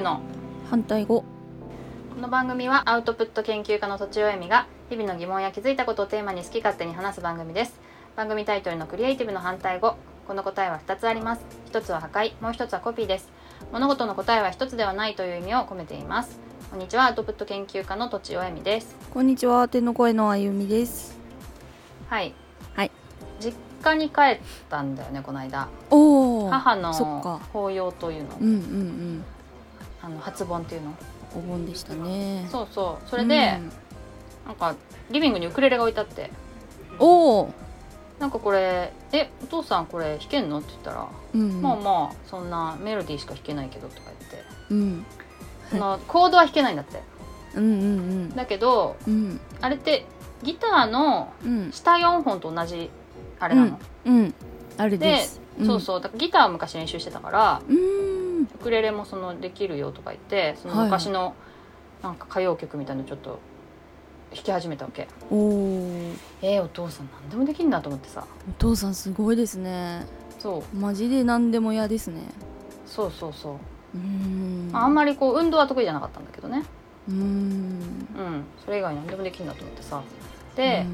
の反対語この番組はアウトプット研究家のとちおえみが日々の疑問や気づいたことをテーマに好き勝手に話す番組です番組タイトルのクリエイティブの反対語この答えは2つあります1つは破壊もう1つはコピーです物事の答えは1つではないという意味を込めていますこんにちはアウトプット研究家のとちおえみですこんにちは天の声のあゆみですはいはい実家に帰ったんだよねこの間おお母のそっか法要というのうんうんあの初盆っていうのうんお盆でしたねそうそうそれで、うんなんかリビングにウクレレが置いてあっておおなんかこれ「えお父さんこれ弾けんの?」って言ったら「うんうんまあまあそんなメロディーしか弾けないけど」とか言ってうんそのコードは弾けないんだってうんうんだけどうんうんあれってギターのうん下4本と同じあれなの、うんあれですそうそうだからギターは昔練習してたからうんうーんウクレレもそのできるよとか言ってそのはいはい昔のなんか歌謡曲みたいなのちょっと弾き始めたわけおおえー、お父さん何でもできるんだと思ってさお父さんすごいですねそうマジで何でも嫌ですねそうそうそう、うーんまああんまりこう運動は得意じゃなかったんだけどねうーんうんそれ以外何でもできるんだと思ってさうで、ん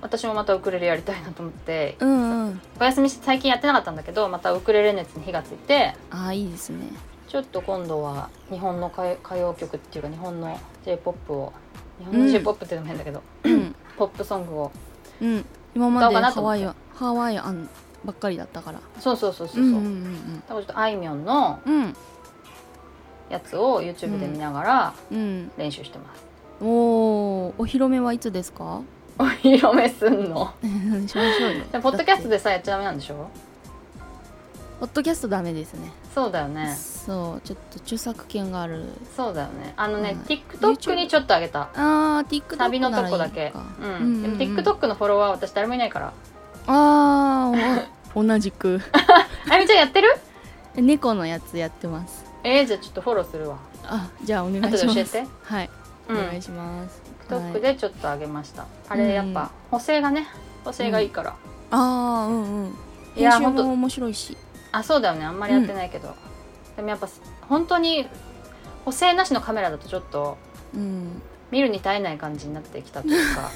私もまたウクレレやりたいなと思ってうんうんお休みして最近やってなかったんだけどまたウクレレ熱に火がついてあーいいですねちょっと今度は日本の歌歌謡曲っていうか日本の j p o p を日本の j p o p っていうのも変だけど、うんポップソングをうん今まで歌おうかなハと思ワってイアンハワイアンばっかりだったからそうそうそうそううそう、んうだんからちょっとあいみょんのうんうんやつを YouTube で見ながらうん練習してます、うんおーお披露目はいつで すかお披露目すんのしましょうよでもポッドキャストだってでさやっちゃダメなんでしょポッドキャストダメですねそうだよねそうちょっと著作権があるそうだよねあのね、はい TikTok にちょっとあげたあー TikTok なサらいビいのかとこだけううんん、うんうんでも TikTok のフォロワー私誰もいない からあーお同じくあゆみちゃんやってる 猫のやつやってますえー、じゃあちょっとフォローするわあじゃあお願い後しでま教えすてはい、うんお願いしますは TikTok いでちょっとあげました、あうんれやっぱ補正がね補正がいいから、ああうんうんいや編集ほんとも面白いしあそうだよねあんまりやってないけど、でもやっぱ本当に補正なしのカメラだとちょっとうん見るに耐えない感じになってきたという か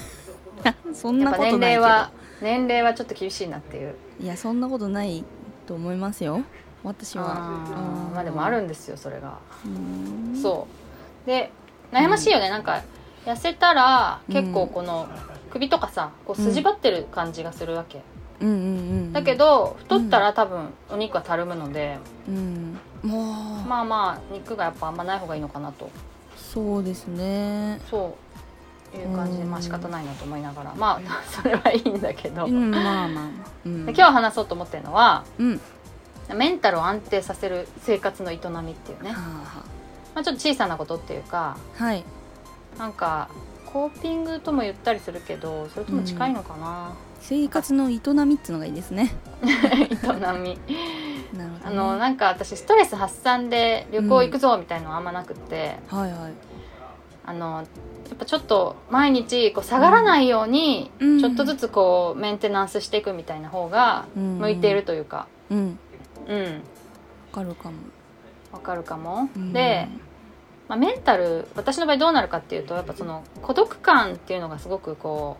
そんやなっぱこと年ない齢けはど年齢はちょっと厳しいなっていういやそんなことないと思いますよ私はあうんーまあでもあるんですよそれが、うんそうで悩ましいよね、なんか痩せたら結構この首とかさこう筋張ってる感じがするわけ、うんうんうんだけど太ったら多分お肉はたるむので、うんもう、まあまあ肉がやっぱあんまない方がいいのかなとそうですねそういう感じでうんまあ仕方ないなと思いながらまあ それはいいんだけど、うでんまあまあ、うん、今日話そうと思ってるのはうんメンタルを安定させる生活の営みっていうね、まはあはあ、ちょっと小さなことっていうかあはいなんかコーピングとも言ったりするけどそれとも近いのかな、生活の営みっつのがいいですね営みなるほどね、あのなんか私ストレス発散で旅行行くぞみたいのはあんまなくって、はいはいあのやっぱちょっと毎日こう下がらないように、うんちょっとずつこうメンテナンスしていくみたいな方がうん向いているというかうんうんわかるかも、わかるかも。うんで、まあ、メンタル私の場合どうなるかっていうとやっぱその孤独感っていうのがすごくこ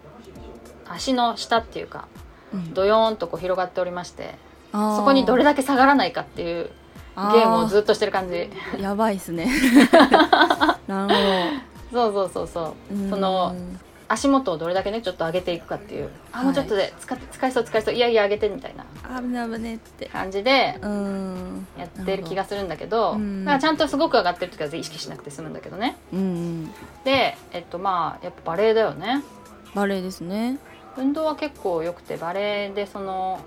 う足の下っていうかうんドヨーンとこう広がっておりましてあーそこにどれだけ下がらないかっていうゲあームをずっとしてる感じ。やばいっ すねなるほそうそうそうそうどうんその足元をどれだけねちょっと上げていくかっていうあもうちょっとで使使いそう使いそういやいや上げてみたいな危ない危ねって感じでうんやってる気がするんだけどなるほどうんだからちゃんとすごく上がってる時は意識しなくて済むんだけどねうんうんでえっとまあやっぱバレエだよねバレエですね運動は結構良くてバレエでその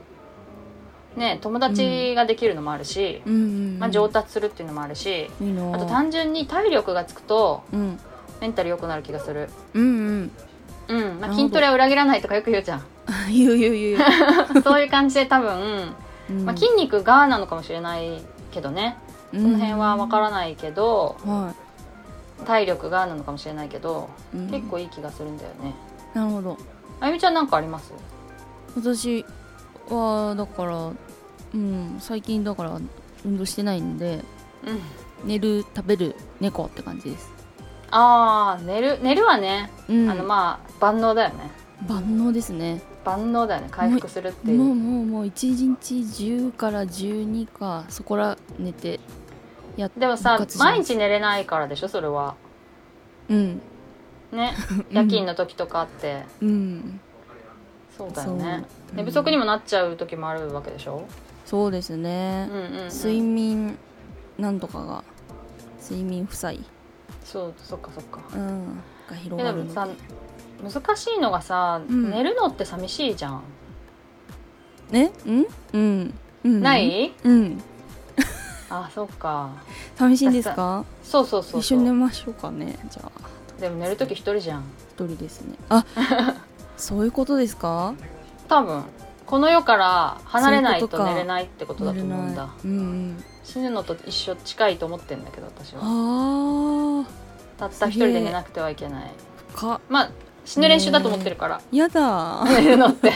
ね友達ができるのもあるし、うんうん、うん、まあ、上達するっていうのもあるしいいなあと単純に体力がつくとうんメンタル良くなる気がするうんうん うん、なるまあ、ほど筋トレは裏切らないとかよく言うじゃん言う言う 言う、そういう感じで多分うんまあ、筋肉がなのかもしれないけどねこその辺は分からないけど、は体力がなのかもしれないけど、い、うん結構いい気がするんだよねなるほどあゆみちゃんなんかあります私はだからうん最近だから運動してないんでうん寝る食べる猫って感じです、ああ寝る寝るはね、うん、あのまあ万能だよね万能ですね万能だよね回復するってもいううもうもう1日10から12かそこら寝てやっでもさ復活します毎日寝れないからでしょそれはうんね うん夜勤の時とかあって、うんそうだよねそう寝うん不足にもなっちゃう時もあるわけでしょ、そうですうねん、うんうん睡眠なんとかが睡眠負債、そうそっかそっかうん、が広えがでるものさ難しいのがさ、うん寝るのって寂しいじゃん、ねうんうんうんないうんあそっか寂しいんですかそうそうそう一そ緒うに寝ましょうかねじゃあでも寝る時一人じゃん一人ですね あそういうことですか多分この世から離れないそういうこととか寝れないってことだと思うんだ寝れないうん死ぬのと一緒近いと思ってんだけど私はうんあたった一人で寝なくてはいけないーかまあ死ぬ練習だと思ってるから、やだな寝るの って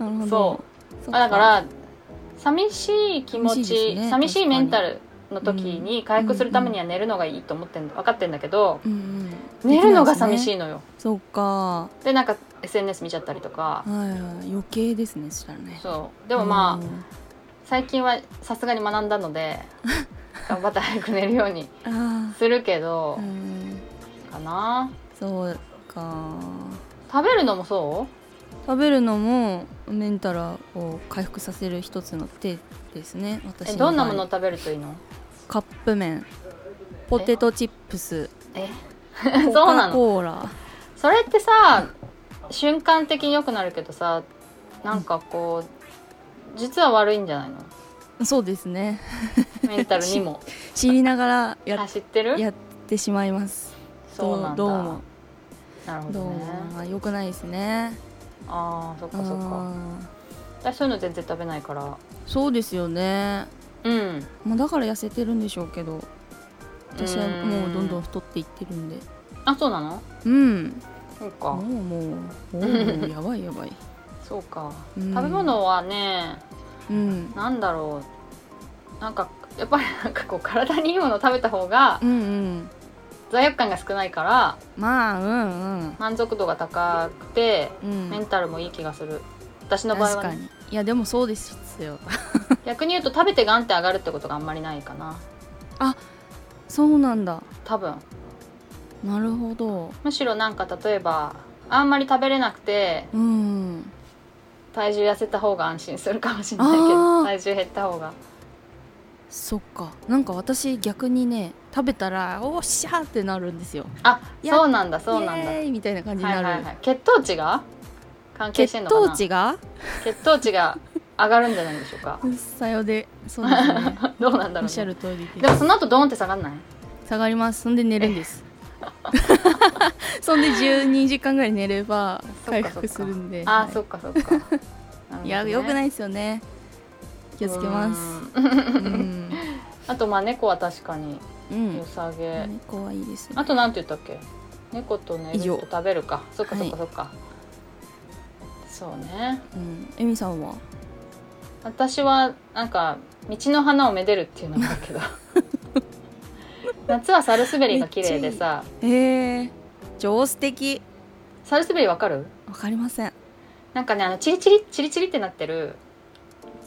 るほどそうそっあだから寂しい気持寂しいち、ですね寂しいメンタルの時に回復するためには寝るのがいいと思ってん分かってんだけど、うんうん寝るのが寂しできないいのですねよそっかでなんか SNS 見ちゃったりとか、はいはい余計ですねそしたらねそうでもまあ、うん最近はさすがに学んだの で頑張って早く寝るようにあするけどー、うんかなそうか食べるのもそう食べるのもメンタルを回復させる一つの手ですね私えのどんな場もの合食べるといいのカップ麺ポテトチップスえ コそうなカ・のコーラそれってさ瞬間的に良くなるけどさなんかこう実は悪いんじゃないのそうですねメンタルに も知りながらやあ知ってるやってしまいますそうなんだどうもなるほどうどねもあ良くないですねああそっかそっかあ私そういうの全然食べないからーそうですよねうんまあだから痩せてるんでしょうけど私はもうどんどんん太っていってるんであそうなのうんそうかもうも うもうもうやばいやばいそうかうん食べ物はねうんなんだろうなんかやっぱりなんかこう体にいいものを食べた方がうんうん罪悪感が少ないからまあうん満足度が高くてうんうメンんタルもいい気がする私の場合確はね、かにいやでもそうですよ 逆に言うと食べてガンって上がるってことがあんまりないかなそうなんだ多分なるほどむしろなんか例えばあんまり食べれなくてうん体重痩せた方が安心するかもしれないけあどー体重減った方がそっかなんか私逆にね食べたらおっしゃーってなるんですよあいやそうなんだそうなんだイエーイみたいな感じにはないる、はいはい血糖値が関係して血んのかな糖値が血糖値が上がるんじゃないでしょうかさようでそうです ねどうなんだおろっしゃう、ね、る通りででもその後ドーンって下がんない下がりますそんで寝るんです そんで12時間ぐらい寝ればそっ回かそっか復するんであはいーそっかそっかいやよくいないですよね気をつけますうん、あとまあ猫は確かにうん良さげ、猫はいいですねあとなんて言ったっけ猫と寝る以上と食べるかそっかはそいっかそっか、そうねうん、エミさんは私はなんか道の花をめでるっていうのもある けど夏はサルスベリが綺麗でさえー、上手的サルスベリわかるわかりませんなんかねあのチリチリチリチリってなってる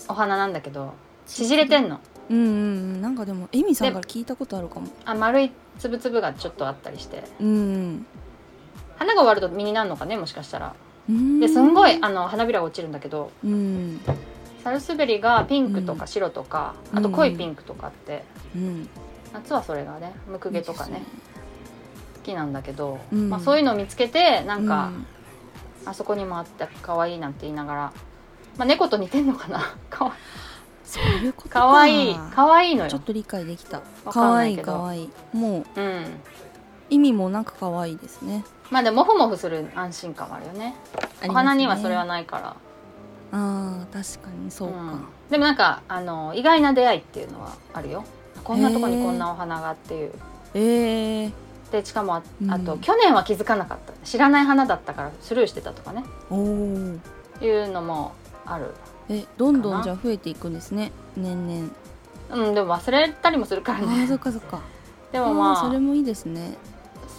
お花なんだけど縮れてんのうんうんうんなんかでもエミさんから聞いたことあるかもあ丸いつぶつぶがちょっとあったりしてうん花が終わると実になるのかねもしかしたらうんですんごいあの花びらが落ちるんだけどうんサルスベリがピンクとか白とか、うんあと濃いピンクとかあってうん夏はそれがねムクゲとかね好きなんだけど、うんまあ、そういうのを見つけてなんか、うんあそこにもあった可愛いなんて言いながら、まあ、猫と似てんのかなかわそういうことか可愛い可愛いのちょっよ、と理解できたわかん可な愛いいけど可愛いもううん、意味もなく可愛いですねまあでもモフモフする安心感はあるよねありますねお花にはそれはないからあー確かにそうか、んでもなんかあの意外な出会いっていうのはあるよこんなとこにこんなお花がっていう、ええー、でしかもあうんあと、去年は気づかなかった知らない花だったからスルーしてたとかねおおいうのもあるえどんどかなんじゃあ増えていくんですね年々うんでも忘れたりもするからあーねそっかそっか ででもまあそれもいいですね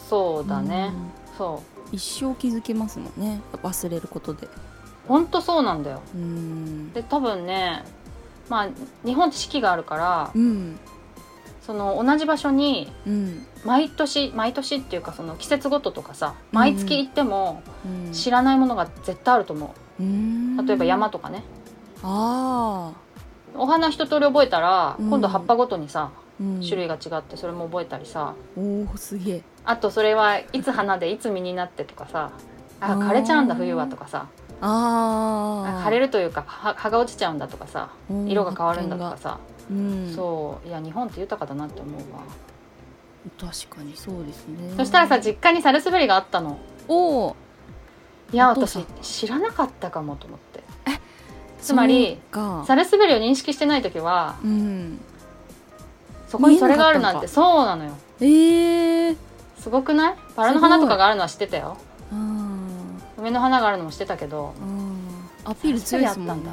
そうだね、んそ一生気づけますもんね忘れることでうほんとそうなんだようんで多分ねまあ日本って四季があるからうんその同じ場所にうん毎年毎年っていうかその季節ごととかさうん毎月行ってもうん知らないものが絶対あると思うんう例えば山とかねあお花一通り覚えたらうん今度葉っぱごとにさあ、うん、種類が違ってそれも覚えたりさおおすげえあとそれはいつ花でいつ実になってとかさああー枯れちゃうんだ冬はとかさあああ枯れるというか葉葉が落ちちゃうんだとかさうん色が変わるんだとかさ発見がうんそういや日本って豊かだなって思うわ確かにそうですねそしたらさ実家にサルスベリがあったのおおいやお父さん私知らなかったかもと思ってつまりかサルスベリを認識してない時はうんそこにそれがあるなん見てえなかったのかそうなのよええー、すごくないバラの花とかがあるのは知ってたよあー梅の花があるのも知ってたけどあーアピール強いですもんね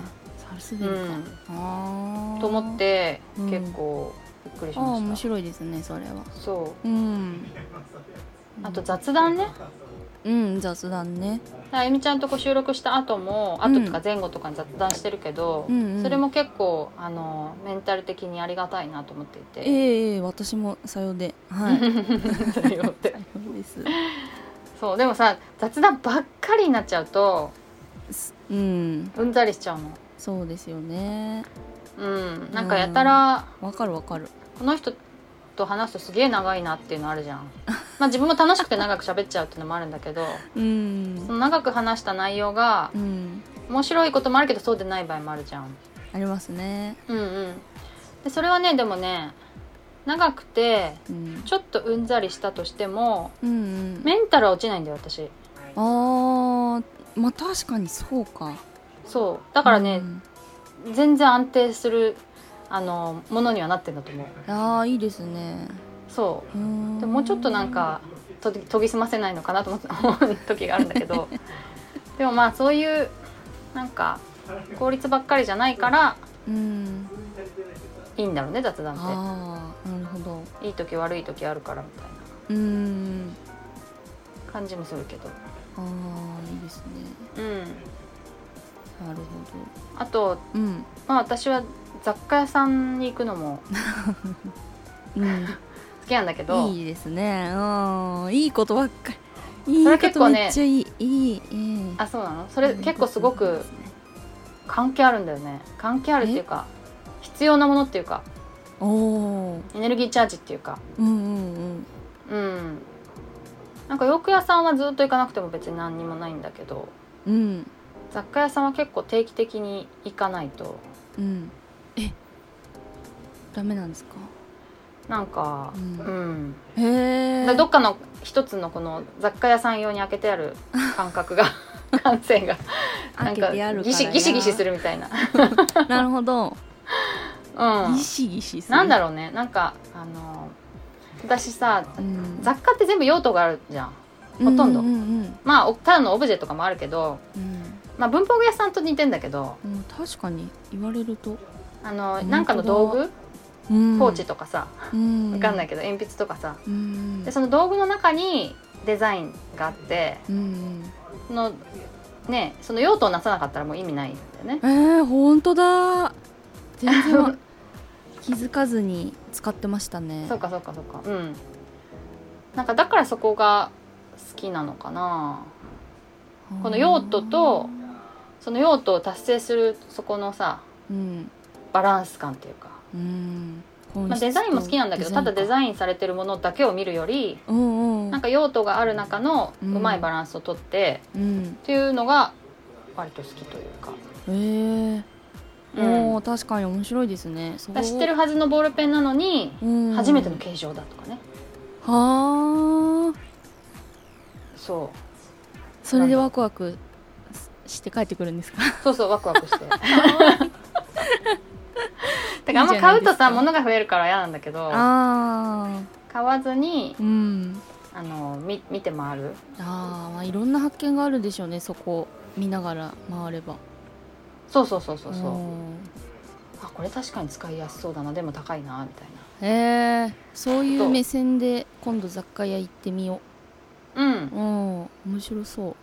サルスベリか、うんああと思ってうん結構びっくりしああーま面した白いですねそれはそうんうあと雑談ねうん雑談ねあゆみちゃんとこう収録した後も後とうか前後とかに雑談してるけどうんうんそれも結構あのメンタル的にありがたいなと思っていえてえええ私もさようではいさよだよって うです そうでもさ雑談ばっかりになっちゃうとうんうんざりしちゃうのそうですよねうんなんかやたらわかるわかるこの人と話すとすげえ長いなっていうのあるじゃん まあ自分も楽しくて長く喋っちゃうっていうのもあるんだけどうんその長く話した内容がうん面白いこともあるけどそうでない場合もあるじゃんありますねうんうんでそれはねでもね長くてうんちょっとうんざりしたとしてもうんうんメンタルは落ちないんだよ私あーまあ確かにそうかそうだからうね、ん全然安定するあのものにはなってんだと思うああいいですねそうーんでももうちょっとなんかと研ぎ澄ませないのかなと思って思う時があるんだけ どでもまあそういうなんか効率ばっかりじゃないからうんいいんだろうね雑談っああなるほどていい時悪い時あるからみたいうーんな感じもするけどああいいですねうんなるほあと どうんまあ私は雑貨屋さんに行くのもう好きなんだけどん、いいですねうんいいことばっかりいいそれこ結と構ねめっちゃいい、いいいいあそうなのそれ結構すごいいこくとですね関係あるんだよね関係あるっていうか必要なものっていうかおおエネルギーチャージっていうかうんうんうんうんなんか洋服屋さんはずっと行かなくても別に何にもないんだけどうん雑貨屋さんは結構定期的に行かないとうんえダメなんですかなんかううんん、へだえどっかの一つのこの雑貨屋さん用に開けてあ る感覚が 感性がなん開かけてあるからギシギシギシするるみたいな なるほどうんギシギシするなんだろろうねなんかあの私さう、ん、雑貨って全部用途があるじゃんほとんどうんうんまあおただのオブジェとかもあるけど、うんまあ、文房具屋さんと似てんだけどうんうん確かに言われると、あの本当だなんかの道具うんポーチとかさ、うんわかんないい、けど鉛筆とかさうん、でその道具の中にデザインがあってうんそのねその用途をなさなかったらもう意味ないんだよねえー、ほんとだ全然 わ気づかずに使ってましたねそうかそうかそうかうんなんかだからそこが好きなのかなこの用途とその用途を達成するそこのさうんバランス感っていうか、うん、まあ、デザインも好きなんだけどただデイザインされてるものだけを見るよりンかうんうんなんか用途がある中のううんまいバランスをとってうんっていうのが割と好きというか、えーうんおー確かに面白いですねそだかうら知ってるはずのボールペンなのにうん初めての形状だとかねはあそそれでワクワクして帰ってくるんですかうそうそうワクワク してだかいらあんま買うとさいいじゃない物が増えるから嫌なんだけどあ買わずにあうんあのみ見て回るあー、まあいろんな発見があるでしょうねそこを見ながら回ればそうそうそうそうそううんあこれ確かに使いやすそうだなでも高いなみたいへえそういう目線で今度雑貨屋行ってみよなうんううん面白そ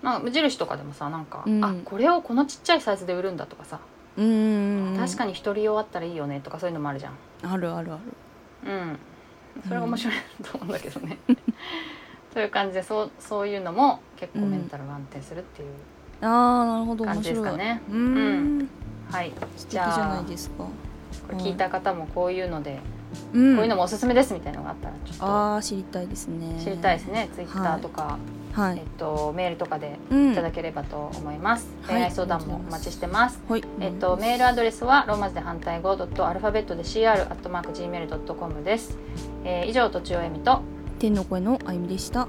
まあ無印とかでもさなんか、うんあこれをこのちっちゃいサイズで売るんだとかさ、ううん確かにに一人用あったらいいよねとかそういうのもあるじゃんあるあるあるうんそれが面白いと思うんだけどね、 という感じでそうそういうのも結構メンタルが安定するっていう、あーなるほど感面じで白すいかねうーんはい素敵じじゃあゃないですかこれ聞いた方もこういうので、うんこういうのもおすすめですみたいなのがあったらちょっあー知りたいですねと知りたいですね、ツイッターとか、はえっいと、メールとかでうんいただければと思います、はい恋愛相談もお待ちしてますはいえっと、メールアドレスはローマ字で反対語ドットアルファベットで CR アットマーク Gmail.com です、えー以上とちおえみと天の声のあゆみでした